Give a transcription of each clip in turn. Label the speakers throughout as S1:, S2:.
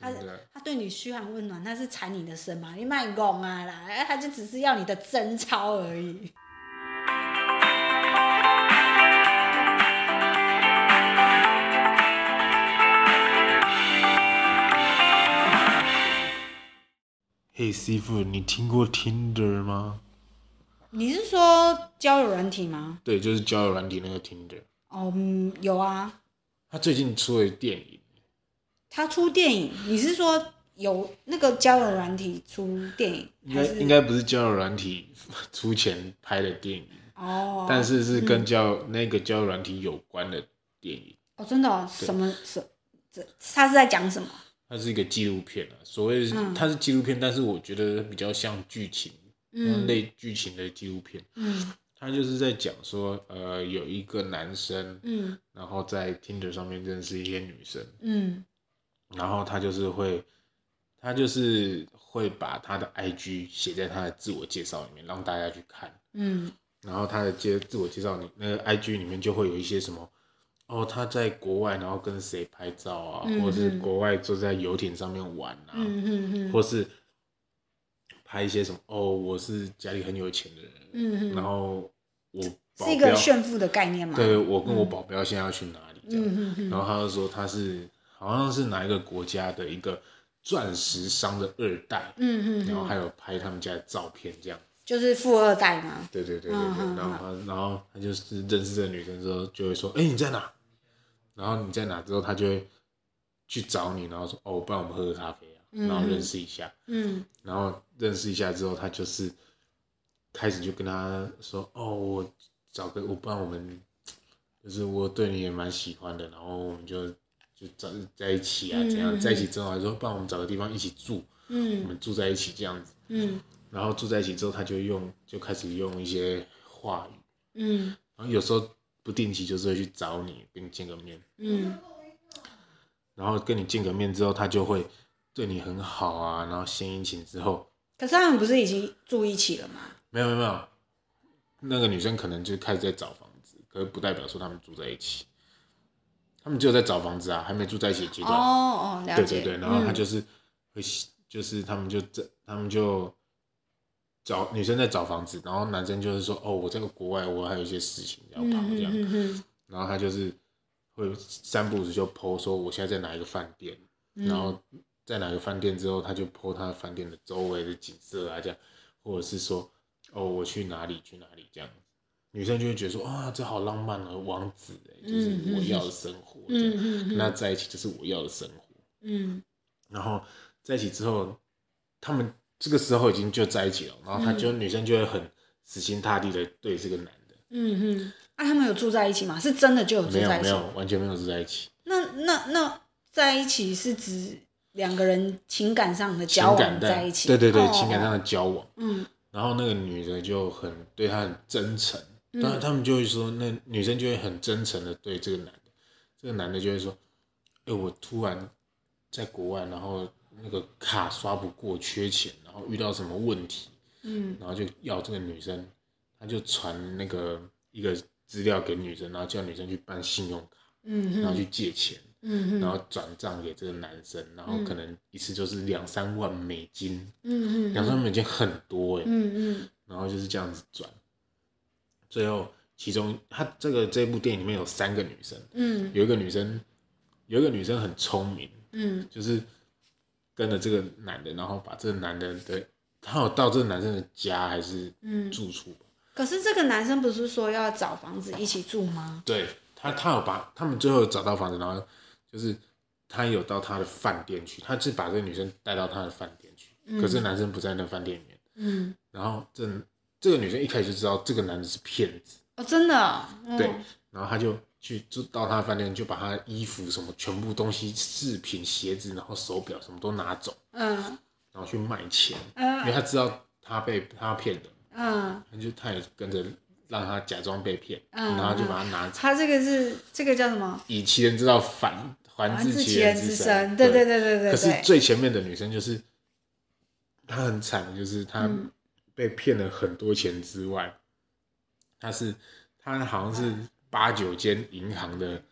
S1: 的
S2: 他对你嘘寒问暖，那是踩你的身嘛，你卖拱啊啦，哎，他就只是要你的贞操而已。
S1: 嘿，师傅，你听过 Tinder 吗？
S2: 你是说交友软体吗？
S1: 对，就是交友软体那个 Tinder，
S2: 哦，嗯有啊，
S1: 他最近出了电影，
S2: 他出电影，你是说有那个交友软体出电影？
S1: 应
S2: 还
S1: 该
S2: 是
S1: 应该不是交友软体出钱拍的电影，
S2: 哦，
S1: 但是是跟交友、那个交友软体有关的电影，
S2: 哦，真的、哦、什么什这他是在讲什么？
S1: 它是一个纪录片啊。所谓是、它是纪录片，但是我觉得比较像剧情，嗯，类剧情的纪录片。
S2: 嗯
S1: 他就是在讲说，呃，有一个男生，
S2: 嗯
S1: 然后在 Tinder 上面认识一些女生，
S2: 嗯
S1: 然后他就是会，他就是会把他的 IG 写在他的自我介绍里面，让大家去看。
S2: 嗯
S1: 然后他的介自我介绍里那个 IG 里面就会有一些什么，哦，他在国外，然后跟谁拍照啊，
S2: 嗯
S1: 或者是国外坐在游艇上面玩啊，
S2: 嗯嗯嗯
S1: 或是拍一些什么，哦，我是家里很有钱的人，
S2: 嗯
S1: 然
S2: 嗯，
S1: 后我保
S2: 是一个
S1: 镖
S2: 炫嗯富的概念吗？
S1: 对我跟我保镖现在要去哪里这样，
S2: 嗯嗯嗯
S1: 然后他就说他是好像是哪一个国家的一个钻石商的二代，
S2: 嗯嗯
S1: 然后
S2: 嗯，
S1: 还有拍他们家的照片这样，
S2: 就是富二代嘛。
S1: 对对对对对，
S2: 嗯嗯
S1: 然后他然后他就是认识这个女生之后就会说，哎、你在哪？然后你在哪之后他就会去找你，然后说哦，不然我们喝个咖啡啊，然后认识一下，
S2: 嗯
S1: 然后认识一下之后，他就是开始就跟他说：“哦，我找个我，不然我们就是我对你也蛮喜欢的，然后我们就就找在一起啊，怎样在一起之后，还说不然我们找个地方一起住，我
S2: 嗯
S1: 们住在一起这样子。
S2: 嗯
S1: 然后住在一起之后，他就用就开始用一些话语，
S2: 嗯
S1: 然后有时候不定期就是会去找你，跟你见个面，
S2: 嗯
S1: 然后跟你见个面之后，他就会对你很好啊，然后献殷勤之后。”
S2: 可是他们不是已经住一起了吗？
S1: 没有没有没有，那个女生可能就开始在找房子，可是不代表说他们住在一起，他们只有在找房子啊，还没住在一起的阶
S2: 哦
S1: 段。
S2: 哦，了
S1: 对
S2: 解。
S1: 对对，然后他就是会，就是他们就在他们就找女生在找房子，然后男生就是说哦，我在国外，我还有一些事情要跑这样，
S2: 嗯嗯
S1: 然后他就是会三不五时就 PO 说我现在在哪一个饭店，
S2: 嗯
S1: 然后在哪个饭店之后，他就 PO 他饭店的周围的景色啊，这样，或者是说哦我去哪里去哪里这样，女生就会觉得说啊这好浪漫啊，王子哎、就是我要的生活这样，
S2: 嗯
S1: 跟他在一起就是我要的生活，
S2: 嗯
S1: 然后在一起之后，他们这个时候已经就在一起了，然后他就、女生就会很死心塌地的对这个男的，
S2: 嗯嗯，啊，他们有住在一起吗？是真的就有住
S1: 没有
S2: 在一
S1: 没
S2: 起？
S1: 有完全没有住在一起。
S2: 那那那在一起是指两个人情感上的交
S1: 情感
S2: 往
S1: 在
S2: 在一起？
S1: 对对对，
S2: 哦
S1: 情感上的交往。
S2: 嗯
S1: 然后那个女的就很对他很真诚，
S2: 嗯
S1: 当然他们就会说，那女生就会很真诚的对这个男的，这个男的就会说，哎、我突然在国外，然后那个卡刷不过，缺钱，然后遇到什么问题，
S2: 嗯，
S1: 然后就要这个女生，他就传那个一个资料给女生，然后叫女生去办信用卡，
S2: 嗯
S1: 然后去借钱。
S2: 嗯嗯嗯
S1: 然后转账给这个男生，然后可能一次就是两三万美金，
S2: 嗯嗯
S1: 两三美金很多哎、
S2: 嗯嗯
S1: 然后就是这样子转，最后其中他这个这部电影里面有三个女生，
S2: 嗯
S1: 有一个女生，有一个女生很聪明，
S2: 嗯
S1: 就是跟着这个男的，然后把这个男的的，他有到这个男生的家还是
S2: 嗯。
S1: 住处吧，
S2: 可是这个男生不是说要找房子一起住吗？
S1: 对他，他有把他们最后找到房子，然后就是他有到他的饭店去，他是把这个女生带到他的饭店去，可是男生不在那饭店里面，
S2: 嗯，
S1: 然后这这个女生一开始就知道这个男的是骗子。
S2: 哦，真的哦、嗯
S1: 对，然后他就去就到他的饭店，就把他的衣服什么全部东西、饰品、鞋子，然后手表什么都拿走，
S2: 嗯
S1: 然后去卖钱，因为
S2: 嗯
S1: 他知道他被他骗了，
S2: 嗯，
S1: 他就他也跟着让他假装被骗，然后就把他拿走，
S2: 他这个是这个叫什么？
S1: 以其人之道反还
S2: 自
S1: 治
S2: 其
S1: 人
S2: 人之
S1: 身，
S2: 身，对对
S1: 对
S2: 对对对
S1: 可是
S2: 对，
S1: 最前面的女生就是她很惨，就是她
S2: 嗯
S1: 被骗了很多钱之外，她是她好像是八九间银行的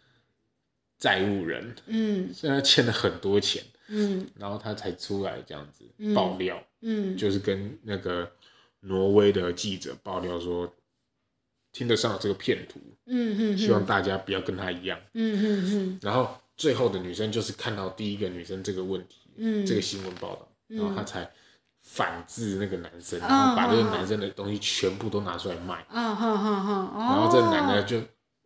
S1: 债务人，
S2: 嗯
S1: 所以她欠了很多钱。
S2: 嗯
S1: 然后他才出来这样子
S2: 嗯
S1: 爆料，
S2: 嗯
S1: 就是跟那个挪威的记者爆料说，听得上有这个骗图，
S2: 嗯嗯
S1: 希望大家不要跟他一样。
S2: 嗯嗯
S1: 然后最后的女生就是看到第一个女生这个问题，
S2: 嗯
S1: 这个新闻报道，然后她才反制那个男
S2: 嗯
S1: 生，然后把这个男生的东西全部都拿出来卖，
S2: 啊哈哈哈，哦
S1: 然后这个男的就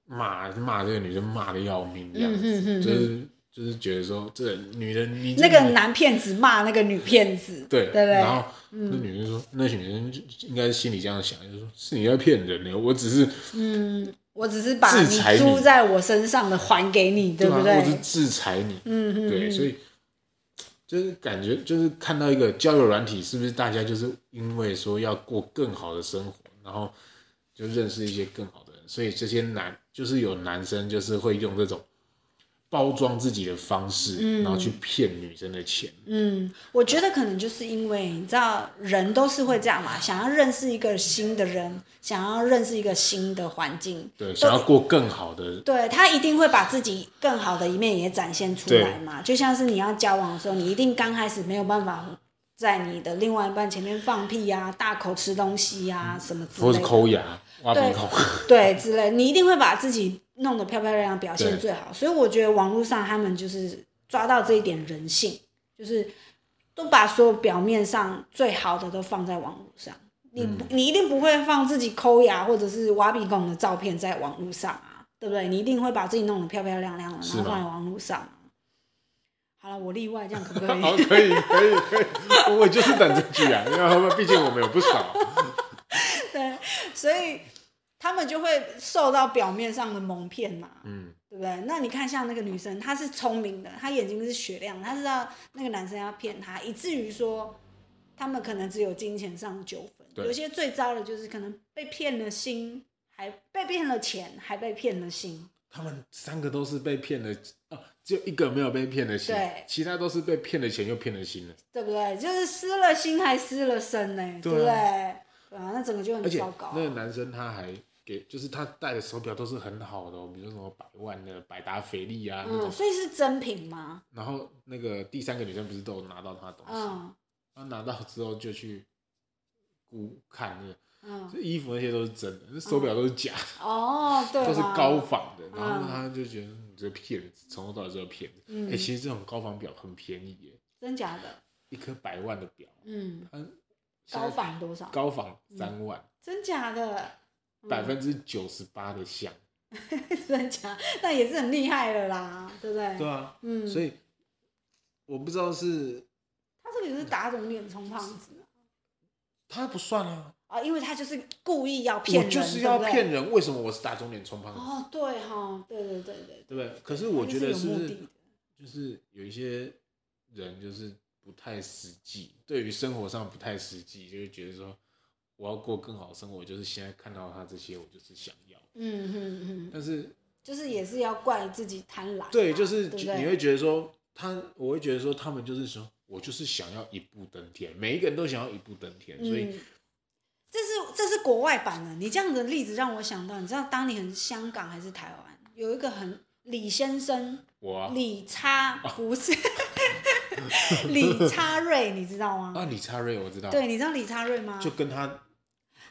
S1: 骂骂这个女生骂的要命，这样子，
S2: 嗯哼哼
S1: 就是就是觉得说这个女人你这
S2: 那个男骗子骂那个女骗子，
S1: 对
S2: 对嗯不对？
S1: 然后那女生说，那女生就应该是心里这样想，就说是你在骗人呢，我只是
S2: 我只是把
S1: 制裁
S2: 你
S1: 你
S2: 租在我身上的还给你，对不
S1: 啊，我只是
S2: 对？
S1: 制裁你，
S2: 嗯嗯，
S1: 对，所以就是感觉就是看到一个交友软体，是不是大家就是因为说要过更好的生活，然后就认识一些更好的人，所以这些男就是有男生就是会用这种包装自己的方式，然后去骗女生的钱，
S2: 嗯，我觉得可能就是因为你知道，人都是会这样嘛，想要认识一个新的人，想要认识一个新的环境，
S1: 对，
S2: 都
S1: 想要过更好的，
S2: 对他一定会把自己更好的一面也展现出来嘛。就像是你要交往的时候，你一定刚开始没有办法在你的另外一半前面放屁呀、大口吃东西呀、什么之
S1: 或
S2: 类
S1: 是
S2: 的。
S1: 抠牙、挖鼻孔，
S2: 对之类，你一定会把自己弄得漂漂亮亮，表现
S1: 对
S2: 最好。所以我觉得网络上他们就是抓到这一点人性，就是都把所有表面上最好的都放在网络上。你
S1: 嗯
S2: 不、你一定不会放自己抠牙或者是挖鼻孔的照片在网络上啊，对不对？你一定会把自己弄得漂漂亮亮的，然
S1: 是
S2: 后
S1: 吗
S2: 放在网络上啊。好了，我例外，这样可不 可以？
S1: 好，可以，可以，可以，我就是等这句啊，因为毕竟我们有不少，
S2: 对，所以他们就会受到表面上的蒙骗嘛。
S1: 嗯，
S2: 对不对？那你看，像那个女生，她是聪明的，她眼睛是雪亮的，她知道那个男生要骗她，以至于说他们可能只有金钱上的纠纷。
S1: 对
S2: 有些最糟的就是可能被骗了心，还被骗了钱，还被骗了心。
S1: 他们三个都是被骗的啊，只有一个没有被骗的心
S2: 对，
S1: 其他都是被骗了钱又骗了心的。
S2: 对不对？就是失了心还失了身呢、对
S1: 对
S2: 不对？
S1: 啊
S2: 对啊，那整个就
S1: 而
S2: 很
S1: 且
S2: 糟糕啊、
S1: 那个男生他还给，就是他戴的手表都是很好的、哦，比如说什么百万的、百达翡丽啊那
S2: 嗯，
S1: 种。
S2: 所以是真品吗？
S1: 然后那个第三个女生不是都有拿到他的东西，
S2: 嗯
S1: 他拿到之后就去估看那个，
S2: 嗯，
S1: 这衣服那些都是真的，那手表都是假，
S2: 哦，对啦，
S1: 都是高仿的。然
S2: 嗯
S1: 后他就觉得你这骗子，从头到尾就是骗子。
S2: 嗯
S1: 哎、其实这种高仿表很便宜耶，
S2: 真假的？
S1: 一颗百万的表。
S2: 嗯，
S1: 嗯，
S2: 高仿多少？
S1: 高仿三万，
S2: 真假的？嗯
S1: 百分之九十八的像，
S2: 真的假？那也是很厉害了啦，对不对？
S1: 对啊，
S2: 嗯，
S1: 所以我不知道是
S2: 他这个也是打肿脸充胖子
S1: 他不算啊，
S2: 啊，啊因为他就是故意要骗
S1: 我
S2: 人，
S1: 就是要
S2: 对不
S1: 骗
S2: 对。
S1: 人，为什么我是打肿脸充胖子，
S2: 哦，对哈，对对对对，
S1: 对不对？可是我觉得
S2: 他就是是有
S1: 不
S2: 目
S1: 是
S2: 的的
S1: 就是有一些人就是不太实际，对于生活上不太实际，就会觉得说我要过更好的生活，就是现在看到他这些，我就是想要，
S2: 嗯嗯嗯，
S1: 但是
S2: 就是也是要怪自己贪婪啊，
S1: 对，就是
S2: 对不
S1: 你
S2: 对？
S1: 会觉得说他，我会觉得说他们就是说我就是想要一步登天，每一个人都想要一步登天，所以、
S2: 嗯这是这是国外版的，你这样的例子让我想到，你知道当年香港还是台湾有一个很李先生，
S1: 我啊
S2: 李差不 是李差瑞，你知道吗？
S1: 啊李查瑞我知道，
S2: 对，你知道李差瑞吗？
S1: 就跟他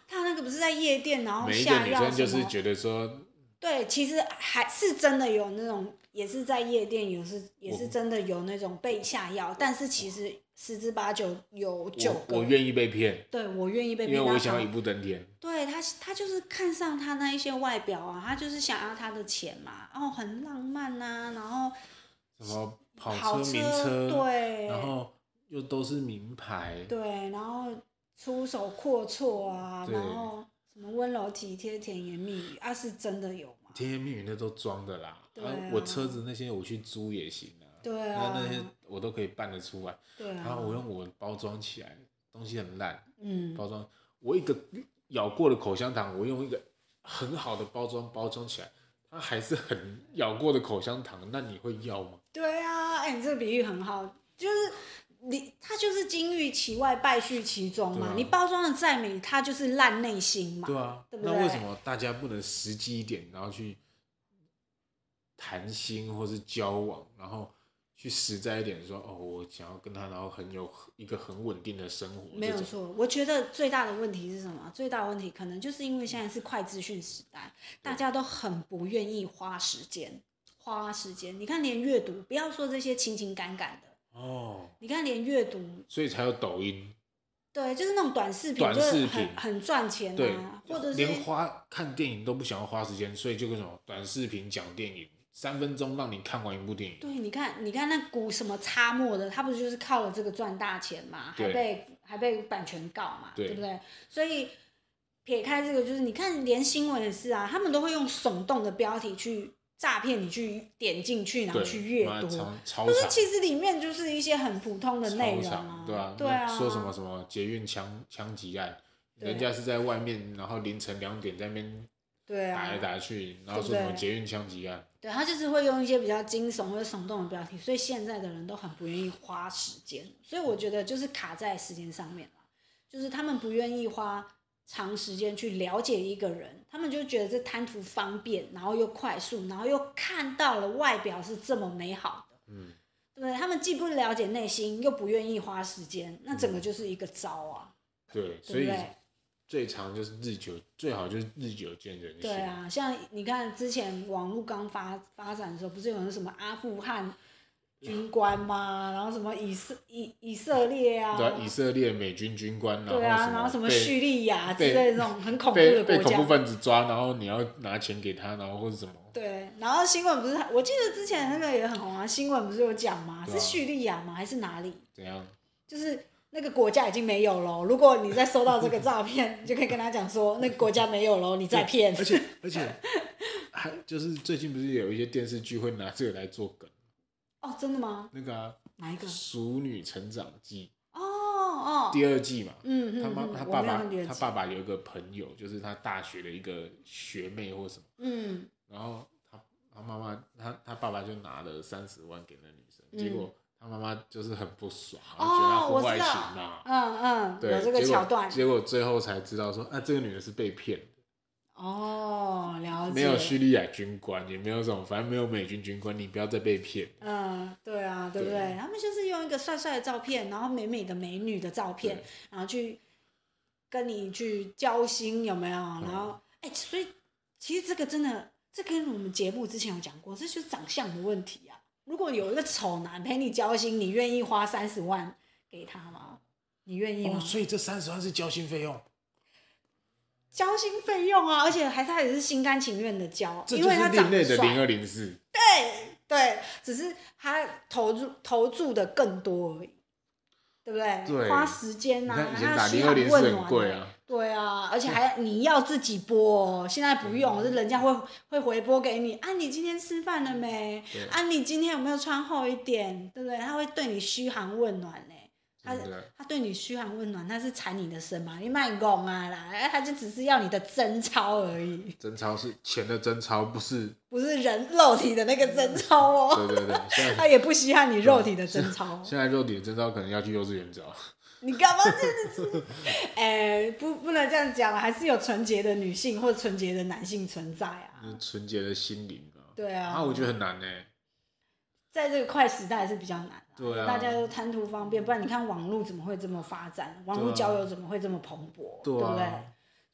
S2: 他那个不是在夜店，然后
S1: 每一个
S2: 下
S1: 女
S2: 药
S1: 生就
S2: 什
S1: 是
S2: 么
S1: 觉得说，
S2: 对，其实还是真的有那种，也是在夜店，有是也是
S1: 我
S2: 真的有那种被下药，但是其实十之八九有九
S1: 我
S2: 个，
S1: 我愿意被骗，
S2: 对我愿意被
S1: 因为
S2: 骗
S1: 我
S2: 他
S1: 想要
S2: 搞
S1: 一步登天，
S2: 对他，他就是看上他那一些外表啊，他就是想要他的钱嘛，哦，很浪漫呐、然后
S1: 什么
S2: 跑
S1: 跑名车，
S2: 对，
S1: 然后又都是名牌，
S2: 对，然后出手阔绰啊，
S1: 对
S2: 然后什么温柔体贴、甜言蜜语啊，是真的有吗？
S1: 甜言蜜语那都装的啦，
S2: 对啊
S1: 我车子那些我去租也行啊，
S2: 对啊
S1: 那那些我都可以办得出来，
S2: 对
S1: 然后
S2: 啊，
S1: 我用我包装起来，东西很烂，
S2: 嗯，
S1: 包装，我一个咬过的口香糖，我用一个很好的包装包装起来，它还是很咬过的口香糖，那你会要吗？
S2: 对啊，哎、你这个比喻很好，就是你他就是金玉其外，败絮其中嘛。
S1: 对啊
S2: 你包装的再美，它就是烂内心嘛。
S1: 对啊，
S2: 对不对
S1: 那为什么大家不能实际一点，然后去谈心或是交往，然后去实在一点说，哦，我想要跟他，然后很有一个很稳定的生活。
S2: 没有
S1: 这种
S2: 错，我觉得最大的问题是什么？最大的问题可能就是因为现在是快资讯时代，大家都很不愿意花时间，花时间。你看，连阅读，不要说这些情情感感的，
S1: 哦，
S2: 你看连阅读，
S1: 所以才有抖音，
S2: 对，就是那种短视频，
S1: 短
S2: 就是
S1: 视
S2: 很
S1: 频
S2: 很赚钱
S1: 对
S2: 啊，，或者是
S1: 连花看电影都不想要花时间，所以就各种短视频讲电影，三分钟让你看完一部电影。
S2: 对，你看，你看那股什么插墨的，他不是就是靠了这个赚大钱嘛，还
S1: 对
S2: 被还被版权告嘛，
S1: 对
S2: 不对？所以撇开这个，就是你看，连新闻也是啊，他们都会用耸动的标题去诈骗你去点进去，然后
S1: 对，
S2: 去阅
S1: 妈
S2: 读。
S1: 超超
S2: 可是
S1: 长
S2: 其实里面就是一些很普通的内
S1: 超
S2: 容
S1: 长，
S2: 啊，
S1: 对啊，
S2: 对
S1: 那
S2: 啊，
S1: 说什么什么捷运枪枪击案，
S2: 对
S1: 人家是在外面，然后凌晨两点在那边
S2: 对
S1: 打来
S2: 啊，
S1: 打去，然后说
S2: 对
S1: 什
S2: 不对
S1: 么捷运枪击案，
S2: 对他就是会用一些比较惊悚或者耸动的标题，所以现在的人都很不愿意花时间，所以我觉得就是卡在时间上面了，就是他们不愿意花长时间去了解一个人，他们就觉得这贪图方便，然后又快速，然后又看到了外表是这么美好的，嗯，对不对？他们既不了解内心，又不愿意花时间，那整个就是一个招啊，
S1: 对，嗯所
S2: 对不
S1: 以
S2: 对？
S1: 最长就是日久，最好就是日久见人心
S2: 对。啊，像你看之前网络刚发发展的时候，不是有那什么阿富汗
S1: 嗯
S2: 军官吗？然后什么以色以以色列啊，
S1: 对啊，以色列美军军官，然后
S2: 对啊，然后什么
S1: 被
S2: 叙利亚之
S1: 被
S2: 类的这种很恐怖
S1: 被
S2: 的
S1: 被
S2: 国
S1: 恐怖
S2: 家。
S1: 分子抓，然后你要拿钱给他，然后或者什么，
S2: 对，然后新闻不是，我记得之前那个也很红啊，新闻不是有讲吗？
S1: 对啊
S2: 是叙利亚吗？还是哪里？
S1: 怎样？
S2: 就是那个国家已经没有了。哦如果你再收到这个照片，你 就可以跟他讲说，那个国家没有了，你再骗。
S1: 而且而且还就是最近不是有一些电视剧会拿这个来做梗，
S2: 哦，真的吗？
S1: 那个啊，
S2: 哪一个？
S1: 《熟女成长记
S2: 哦哦》，
S1: 第二季嘛，
S2: 嗯嗯，
S1: 他妈
S2: 嗯
S1: 他
S2: 我
S1: 爸
S2: 没有
S1: 爸
S2: 很了
S1: 他
S2: 解
S1: 爸爸有一个朋友，就是他大学的一个学妹或什么，
S2: 嗯。
S1: 然后他他妈妈他他爸爸就拿了三十万给那女生，结果他妈妈就是很不爽，然后觉得他
S2: 嗯哦，我
S1: 婚外
S2: 知
S1: 情
S2: 道
S1: 嘛，，
S2: 嗯嗯，
S1: 对，
S2: 有这个
S1: 结果
S2: 桥段。
S1: 结果最后才知道说啊，这个女的是被骗的，
S2: 哦，了解。
S1: 没有叙利亚军官，也没有什么，反正没有美军军官，你不要再被骗。
S2: 嗯，对啊，对不
S1: 对
S2: 对？他们就是用一个帅帅的照片，然后美美的美女的照片
S1: 对，
S2: 然后去跟你去交心，有没有？然后，
S1: 嗯
S2: 哎、所以其实这个真的，这跟我们节目之前有讲过，这就是长相的问题啊。如果有一个丑男陪你交心，你愿意花三十万给他吗？你愿意吗？
S1: 哦以这三十万是交心费用，
S2: 交心费用啊，而且还他也是心甘情愿的交，
S1: 这
S2: 因
S1: 就
S2: 为
S1: 是
S2: 他长
S1: 另类
S2: 得
S1: 的
S2: 帅。
S1: 零二零四。
S2: 对，只是他投入投注的更多而已，对不对？
S1: 对
S2: 花时间
S1: 你
S2: 呐、
S1: 看
S2: 啊
S1: 以，前
S2: 他
S1: 打
S2: 嘘
S1: 零二
S2: 寒
S1: 零
S2: 问
S1: 四
S2: 暖、
S1: 很贵。啊，
S2: 对啊， 而且还你要自己播、哦，现在
S1: 嗯
S2: 不用，是人家会会回拨给你。啊，你今天吃饭了没
S1: 对？
S2: 啊，你今天有没有穿厚一点？对不对？他会对你嘘寒问暖嘞、他
S1: 真的
S2: 他对你嘘寒问暖，那是踩你的身嘛？你卖拱啊啦，哎他就只是要你的贞操而已，
S1: 贞操是钱的贞操，不是
S2: 不是人肉体的那个贞操哦。
S1: 对对对。现
S2: 他
S1: 在
S2: 也不稀罕你肉体的贞操。
S1: 现在肉体的贞操可能要去幼稚园找，
S2: 你干嘛这是？ 哎、不，不能这样讲啊，还是有纯洁的女性或纯洁的男性存在啊。
S1: 就是纯洁的心灵啊。
S2: 对啊
S1: 啊，我觉得很难呢。
S2: 在这个快时代是比较难、啊，
S1: 对啊
S2: 大家都贪图方便，不然你看网络怎么会这么发展？网络交友怎么会这么蓬勃？
S1: 啊对啊
S2: 不对？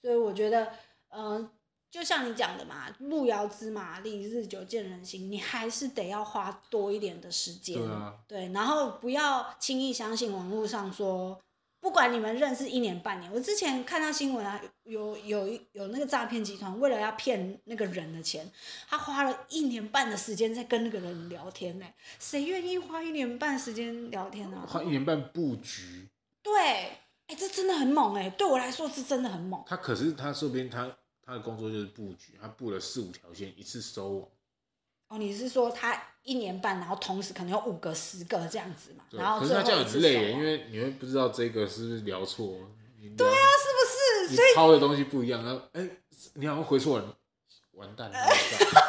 S2: 所以我觉得，嗯、就像你讲的嘛，路遥知马力，日久见人心，你还是得要花多一点的时间。
S1: 对啊
S2: 对，然后不要轻易相信网络上说，不管你们认识一年半年，我之前看到新闻啊，有有有有那个诈骗集团为了要骗那个人的钱，他花了一年半的时间在跟那个人聊天呢、谁愿意花一年半时间聊天呢、
S1: 花一年半布局，
S2: 对，哎、这真的很猛哎、对我来说是真的很猛。
S1: 他可是他说不定他他的工作就是布局，他布了四五条线，一次收网。
S2: 哦，你是说他一年半，然后同时可能有五个、十个这样子嘛？
S1: 对
S2: 然后
S1: 可是
S2: 最
S1: 他这
S2: 后
S1: 样
S2: 一次
S1: 很
S2: 收
S1: 累耶，欸
S2: 网
S1: 因为你会不知道这个是不是聊错。对啊，
S2: 是不
S1: 你
S2: 是？所以
S1: 抄的东西不一样，然后哎、你好像回错了，完蛋了。完蛋了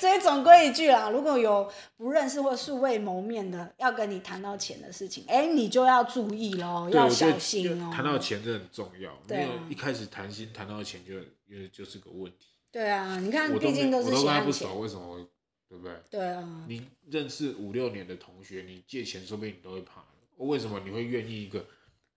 S2: 所以总归一句啦，如果有不认识或素未谋面的，要跟你谈到钱的事情，哎、你就要注意喽，
S1: 对，
S2: 要
S1: 我觉
S2: 小
S1: 得
S2: 心
S1: 因
S2: 哦、
S1: 为谈到钱真的很重要，
S2: 对
S1: 没
S2: 啊
S1: 有一开始谈心谈到钱就就就是个问题。
S2: 对啊，你看，
S1: 我都
S2: 毕
S1: 没
S2: 竟
S1: 我
S2: 是
S1: 都
S2: 血
S1: 跟他
S2: 汗
S1: 不
S2: 钱。
S1: 熟，为什么我对不对？
S2: 对啊，
S1: 你认识五六年的同学，你借钱说不定你都会怕了。为什么你会愿意一个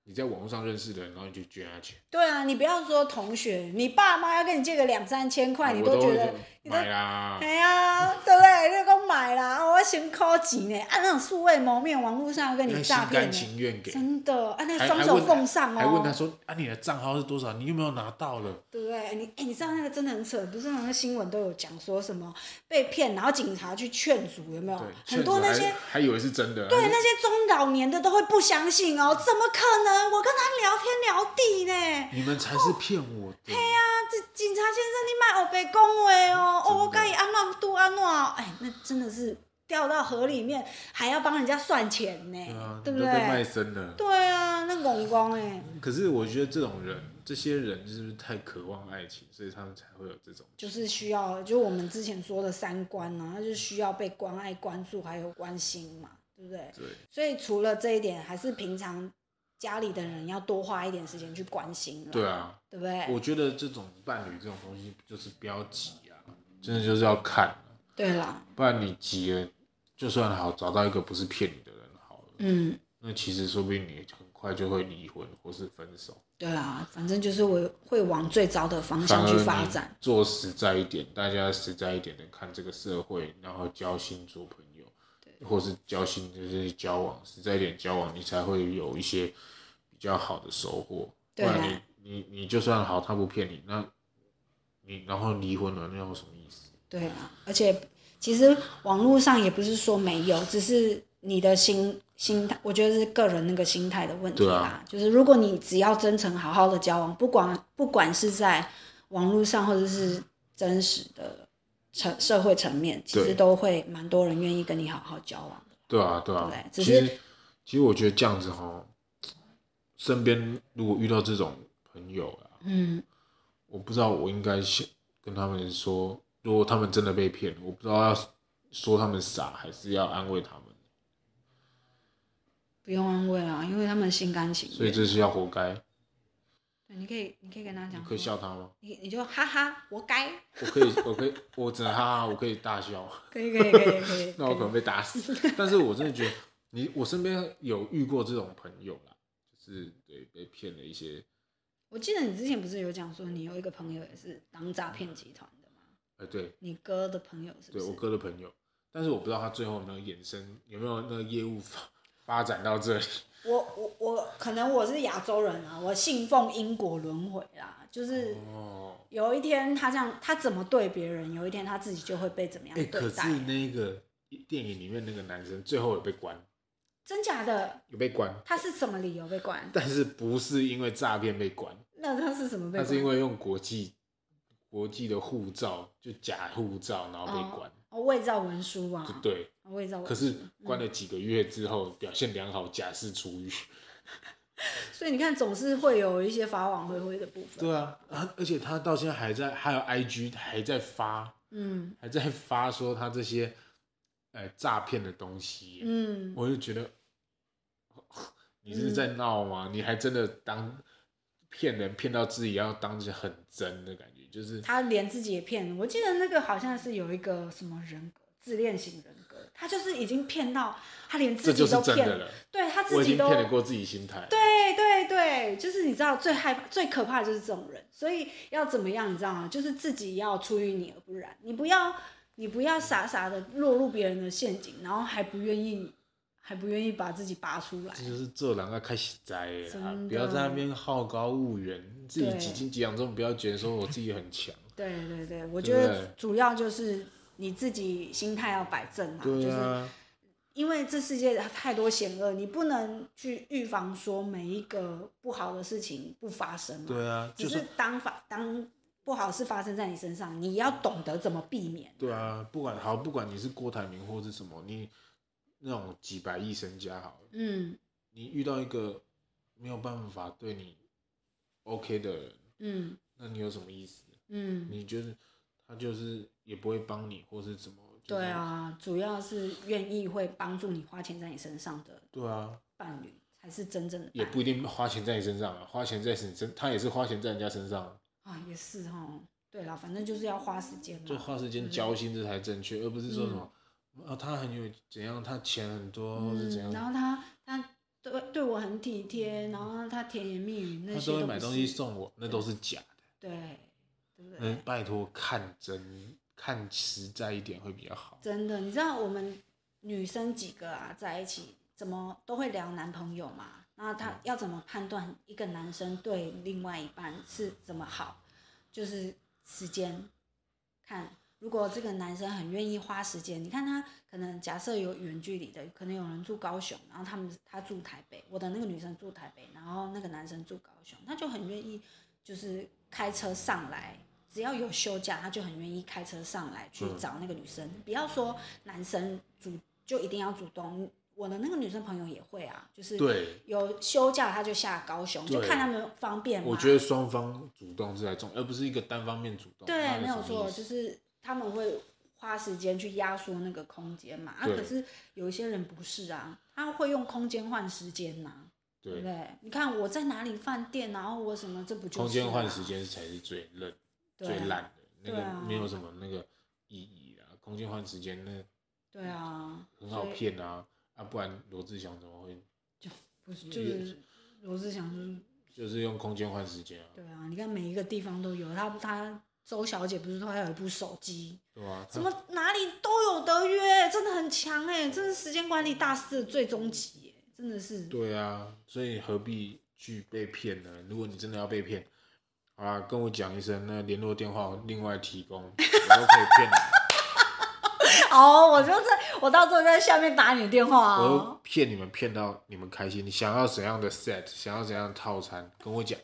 S1: 你在网络上认识的人，然后你就捐他钱？
S2: 对啊，你不要说同学，你爸妈要跟你借个两三千块，你
S1: 啊我都
S2: 觉
S1: 会
S2: 得
S1: 说
S2: 你都
S1: 买啊啦，
S2: 哎呀，对不对？你讲买啦，我要先扣钱呢。啊，那种素未谋面，网络上跟
S1: 那
S2: 你
S1: 哎心
S2: 诈骗
S1: 甘
S2: 呢，
S1: 情愿给，
S2: 真的啊，那
S1: 还
S2: 双
S1: 还
S2: 手
S1: 问
S2: 奉上
S1: 还问他
S2: 哦，
S1: 说啊你的账号是多少？你有没有拿到了？
S2: 对不对？你哎，你知道那个真的很扯，不是那个新闻都有讲说什么被骗，然后警察去劝阻，有没有
S1: 对？，
S2: 很多
S1: 确
S2: 那
S1: 实
S2: 些
S1: 还还以为是真的，
S2: 对
S1: 还是
S2: 那些中老年的都会不相信哦，怎么可能？我跟他聊天聊地呢。
S1: 你们才是骗我的。
S2: 这警察先生，你买欧白恭维哦，
S1: 真
S2: 哦，
S1: 的
S2: 我跟你安那多安诺，哎，那真的是掉到河里面，还要帮人家算钱呢，
S1: 啊，
S2: 对
S1: 你
S2: 不
S1: 都被
S2: 对？
S1: 卖身了。
S2: 对啊，那公公哎，
S1: 可是我觉得这种人，这些人是不是太渴望爱情，所以他们才会有这种？
S2: 就是需要，就我们之前说的三观呢、啊，就是需要被关爱、关注还有关心嘛，对不对？
S1: 对，
S2: 所以除了这一点，还是平常家里的人要多花一点时间去关心了，
S1: 对啊，
S2: 对不对？
S1: 我觉得这种伴侣这种东西就是不要急啊，真的就是要看啊，
S2: 对啦，
S1: 不然你急了，就算好找到一个不是骗你的人好了，
S2: 嗯。
S1: 那其实说不定你很快就会离婚或是分手，
S2: 对啊，反正就是我会往最糟的方
S1: 反
S2: 向
S1: 而
S2: 去
S1: 你
S2: 发展。
S1: 做实在一点，大家实在一点的看这个社会，然后交心做朋友，或是交心就是交往，实在一点交往，你才会有一些比较好的收获。不
S2: 对啊
S1: 然你你你就算好，他不骗你，那你然后离婚了，那有什么意思？
S2: 对啊，而且其实网络上也不是说没有，只是你的心心态，我觉得是个人那个心态的问题
S1: 对
S2: 啦。
S1: 啊
S2: 就是如果你只要真诚好好的交往，不管不管是在网络上或者是真实的层社会层面，其实
S1: 对
S2: 都会蛮多人愿意跟你好好交往的。
S1: 对啊，对啊
S2: 对。只
S1: 其
S2: 是
S1: 实其实我觉得这样子哈，身边如果遇到这种朋友啊啦，
S2: 嗯，
S1: 我不知道我应该先跟他们说，如果他们真的被骗，我不知道要说他们傻，还是要安慰他们。
S2: 不用安慰啊，因为他们心甘情
S1: 所以
S2: 愿。
S1: 这是要活该。
S2: 对，你可以，你可以跟他
S1: 你
S2: 讲
S1: 可以
S2: 说，
S1: 笑他吗？
S2: 你你就哈哈，活该。
S1: 我可以，我可以，我只能哈哈，我可以大笑，。
S2: 可以可以可以可以
S1: 那我可能被打死。但是我真的觉得，你我身边有遇过这种朋友啦，就是对被骗了一些，
S2: 我记得你之前不是有讲说你有一个朋友也是当诈骗集团的吗？
S1: 呃，对
S2: 你哥的朋友是不
S1: 对，
S2: 是？
S1: 我哥的朋友，但是我不知道他最后有没有衍生，有没有那个业务发发展到这里。
S2: 我我我可能我是亚洲人啊，我信奉因果轮回啦，就是
S1: 哦，
S2: 有一天他这样，他怎么对别人，有一天他自己就会被怎么样
S1: 哎、可
S2: 对待，
S1: 是那个电影里面那个男生最后有被关，
S2: 真假的？
S1: 有被关，
S2: 他是什么理由被关？
S1: 但是不是因为诈骗被关，
S2: 那他是什么被
S1: 他
S2: 关？
S1: 是因为用国际国际的护照，就假护照，然后被关，
S2: 哦伪造文书啊
S1: 就，对。
S2: 伪造文书。
S1: 可哦是嗯关了几个月之后，表现良好，假释出狱。
S2: 所以你看，总是会有一些法网恢恢的部分。
S1: 对啊，啊而且他到现在还在，还有 IG 还在发，
S2: 嗯
S1: 还在发说他这些，呃，诈骗的东西。
S2: 嗯。
S1: 我就觉得你是在闹吗？你还真的当骗人骗到自己要当成很真的感觉，就是
S2: 他连自己也骗。我记得那个好像是有一个什么人格，自恋型人格，他就是已经骗到他连
S1: 这
S2: 自
S1: 就
S2: 己
S1: 是
S2: 都
S1: 真
S2: 骗
S1: 的，了。
S2: 对他
S1: 我
S2: 自
S1: 已
S2: 己
S1: 经
S2: 都
S1: 骗得过自己心态，
S2: 对对对，就是你知道最害怕、最可怕的就是这种人，所以要怎么样，你知道吗？就是自己要出淤泥而不染，你不要你不要傻傻的落入别人的陷阱，然后还不愿意还不愿意把自己拔出来
S1: 这。就是做人要开始栽啊
S2: 真的，
S1: 不要在那边好高骛远，自己
S2: 对
S1: 几斤几两重，不要觉得说我自己很 强。
S2: 对对对，我
S1: 对
S2: 觉
S1: 不
S2: 得
S1: 对
S2: 主要就是你自己心态要摆正嘛，
S1: 对
S2: 就是
S1: 啊，
S2: 因为这世界太多险恶，你不能去预防说每一个不好的事情不发生嘛。
S1: 对啊，
S2: 只
S1: 就是是
S2: 当发当不好事发生在你身上，你要懂得怎么避免。
S1: 对啊，不管好，不管你是郭台铭或是什么，你那种几百亿身家好了。
S2: 嗯
S1: 你遇到一个没有办法对你 OK 的人，
S2: 嗯
S1: 那你有什么意思？
S2: 嗯，
S1: 你就是他就是也不会帮你，或是怎么？就是、
S2: 对，啊，主要是愿意会帮助你花钱在你身上的
S1: 对啊，
S2: 伴侣才是真正的
S1: 也
S2: 伴侣
S1: 不一定花钱在你身上啊，花钱在你身，他也是花钱在人家身上。
S2: 啊，也是哦。对啦，反正就是要花时间
S1: 就
S2: 嘛。
S1: 花时间交心这才正确，而不是说什么、啊他很有怎样，他钱很多、或是怎
S2: 嗯，
S1: 样，
S2: 然后他他对对我很体贴，然后他甜言蜜语那
S1: 他
S2: 些
S1: 都会
S2: 不
S1: 买东
S2: 是
S1: 西送我，那都是假的。
S2: 对，对不对？
S1: 嗯，拜托看真看实在一点会比较好。
S2: 真的，你知道我们女生几个啊在一起，怎么都会聊男朋友嘛？那他要怎么判断一个男生对另外一半是怎么好？就是时间，看如果这个男生很愿意花时间，你看他可能假设有远距离的，可能有人住高雄，然后他们他住台北，我的那个女生住台北，然后那个男生住高雄，他就很愿意就是开车上来，只要有休假，他就很愿意开车上来去找那个女生。不要说男生主就一定要主动，我的那个女生朋友也会啊，就是
S1: 对
S2: 有休假他就下高雄，就
S1: 对
S2: 看他们方便嘛。
S1: 我觉得双方主动是才重要，而不是一个单方面主动。那
S2: 对，没
S1: 什么
S2: 有错，
S1: 意思
S2: 就是他们会花时间去压缩那个空间嘛。啊，
S1: 对
S2: 可是有一些人不是啊，他会用空间换时间呐、对
S1: 对
S2: 不对？你看我在哪里饭店，然后我什么，这不就是、啊、
S1: 空间换时间才是最烂、
S2: 对
S1: 最烂的，那
S2: 对
S1: 个
S2: 啊
S1: 没有什么那个意义啊。空间换时间那
S2: 对啊，
S1: 很好
S2: 所以
S1: 骗啊啊，不然罗志祥怎么会
S2: 不是就是罗志祥是，
S1: 就是用空间换时间啊？
S2: 对啊，你看每一个地方都有他他。周小姐不是说她有一部手机，
S1: 对啊，
S2: 什
S1: 他
S2: 么哪里都有得约，真的很强哎、真是时间管理大师的最终极哎、真的是。
S1: 对啊，所以何必去被骗呢？如果你真的要被骗，好啦，跟我讲一声，那联络电话我另外提供，我都可以骗你，
S2: 哦，我就在，我到时候在下面打你的电话
S1: 我
S2: 哦。
S1: 都骗你们骗到你们开心。你想要怎样的 set，想要怎样的套餐，跟我讲，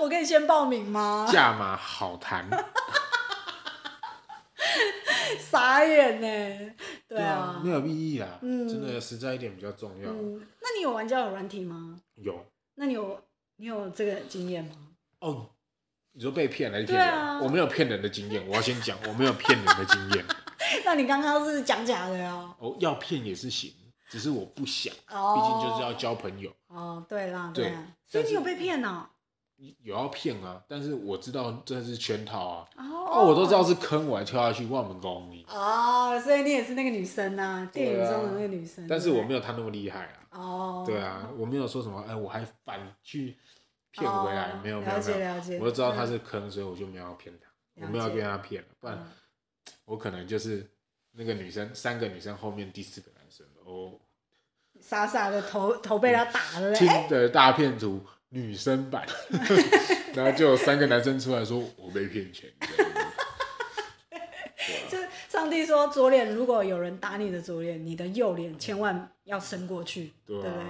S2: 我可以先报名 吗？
S1: 价码好谈。
S2: 傻眼呢。对
S1: 啊，
S2: 啊
S1: 没，有意义啦，真的实在一点比较重要。
S2: 嗯，那你有玩交友软体吗？
S1: 有
S2: 那你有你有这个经验吗？
S1: 哦，你说被骗还是
S2: 对
S1: 骗人？
S2: 啊
S1: 我没有骗人的经验，我要先讲，我没有骗人的经验。
S2: 那你刚刚是讲假的呀？
S1: 哦，要骗也是行，只是我不想，
S2: 哦
S1: 毕竟就是要交朋友。
S2: 哦，对啦，
S1: 对
S2: 啦，所以
S1: 但
S2: 你
S1: 是
S2: 有被骗哦呢？
S1: 有要骗啊，但是我知道这是圈套啊。
S2: 哦
S1: 哦，我都知道是坑，我还跳下去，万门功你。
S2: 哦，所以你也是那个女生呐，电影
S1: 对啊
S2: 中的那个女生。
S1: 但是
S2: 对不
S1: 我没
S2: 对
S1: 有他那么厉害啊。
S2: 哦，
S1: 对啊，我没有说什么，哎，我还反去骗回来，
S2: 哦
S1: 没有没
S2: 了
S1: 有
S2: 解
S1: 没
S2: 了解嗯
S1: 有，我就知道他是坑，所以我就没有要骗他，
S2: 了
S1: 我没有
S2: 解
S1: 跟他骗了，不然我可能就是那个女生，三个女生后面第四个男生了，哦，
S2: 傻傻的头头被他打了
S1: 听
S2: 嘞。哎
S1: 的大片图女 生版，然后就有三个男生出来说我被骗钱，
S2: 就是上帝说，左脸如果有人打你的左脸，你的右脸千万要伸过去，
S1: 对啊
S2: 不对？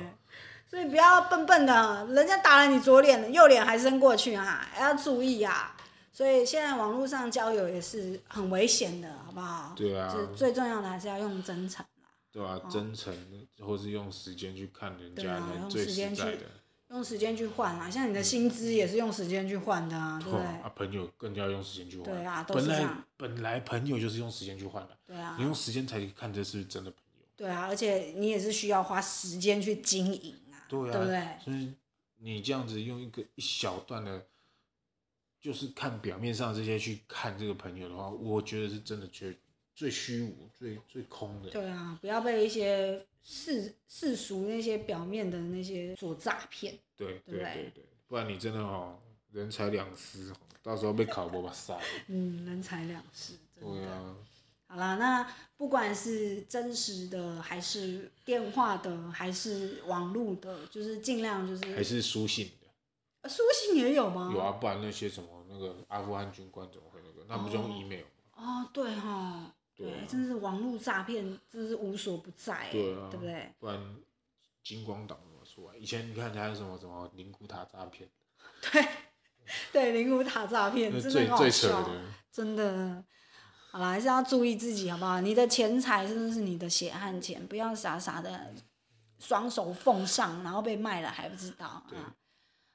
S2: 所以不要笨笨的，人家打了你左脸，右脸还伸过去啊，要注意啊。所以现在网络上交友也是很危险的，好不好？
S1: 对啊
S2: 就是最重要的还是要用真诚啦，
S1: 对吧、真诚的，或是用时间去看人
S2: 哦对
S1: 家
S2: 啊
S1: 才
S2: 用
S1: 最
S2: 时
S1: 实
S2: 间
S1: 在
S2: 去
S1: 的，
S2: 用时间去换啊。像你的薪资也是用时间去换的啊，对不
S1: 哦
S2: 对？
S1: 啊，朋友更要用时间去换，
S2: 对啊都是
S1: 本
S2: 这
S1: 来
S2: 样
S1: 本来朋友就是用时间去换的，
S2: 对啊
S1: 你，用时间才可以看这是不是真的朋友。
S2: 对啊，而且你也是需要花时间去经营啊，
S1: 对啊，
S2: 不对？
S1: 所以你这样子用一个一小段的，就是看表面上这些去看这个朋友的话，我觉得是真的缺最虚无、最最空的。
S2: 对啊，不要被一些世世俗那些表面的那些所诈骗。
S1: 对
S2: 对不
S1: 对
S2: 对
S1: 对对，不然你真的哦，人财两失哦，到时候被考过把塞。
S2: 嗯，人财两失， 真
S1: 对
S2: 的。
S1: 啊，
S2: 好啦，那不管是真实的，还是电话的，还是网络的，就是尽量就是
S1: 还是书信的
S2: 呃书信也有吗？
S1: 有啊，不然那些什么那个阿富汗军官怎么会那个？那不就用 email 吗？
S2: 哦，对哈，
S1: 对啊
S2: 真是网络诈骗，真是无所不在，
S1: 对啊，
S2: 不对？？
S1: 不然金光党怎么出来？以前你看还有什么什么灵骨塔诈骗，
S2: 对，灵骨塔诈骗
S1: 那
S2: 哎真的
S1: 最
S2: 很好
S1: 最扯
S2: 笑。
S1: 的。
S2: 真的，好啦，还是要注意自己，好不好？你的钱财真的是你的血汗钱，不要傻傻的双手奉上，然后被卖了还不知道啊
S1: 对。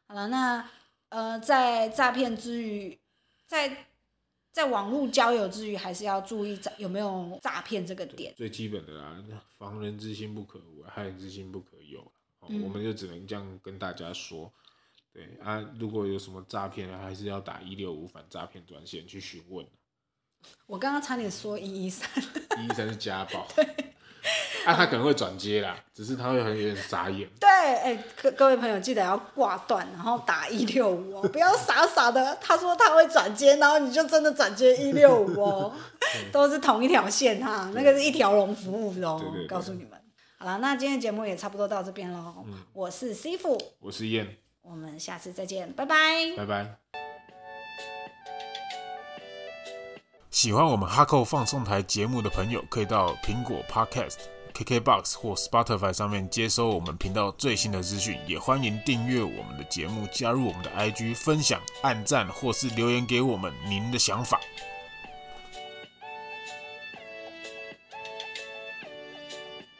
S2: 好了，那呃，在诈骗之余，在在网络交友之余，还是要注意诈有没有诈骗这个点。
S1: 最基本的啦，防啊
S2: 嗯
S1: 人之心不可无，害人之心不可有。哦我们就只能这样跟大家说。对啊，如果有什么诈骗，啊还是要打一六五反诈骗专线去询问。
S2: 我刚刚差点说一一三，
S1: 一一三是 家暴，啊，他可能会转接啦，只是他会很有点傻眼。
S2: 对，哎、各各位朋友记得要挂断，然后打一六五哦，不 要傻傻的。他说他会转接，然后你就真的转接一六五 哦，都是同一条线哈、那个是一条龙服务的哦，
S1: 对对对
S2: 告诉你们。好了，那今天的节目也差不多到这边喽。
S1: 嗯
S2: 我是 C 傅，
S1: 我是燕，
S2: 我们下次再见，拜拜。
S1: 拜拜。喜欢我们哈扣放送台节目的朋友，可以到苹果 Podcast、KKBox 或 Spotify 上面接收我们频道最新的资讯。也欢迎订阅我们的节目，加入我们的 IG，分享、按赞或是留言给我们您的想法。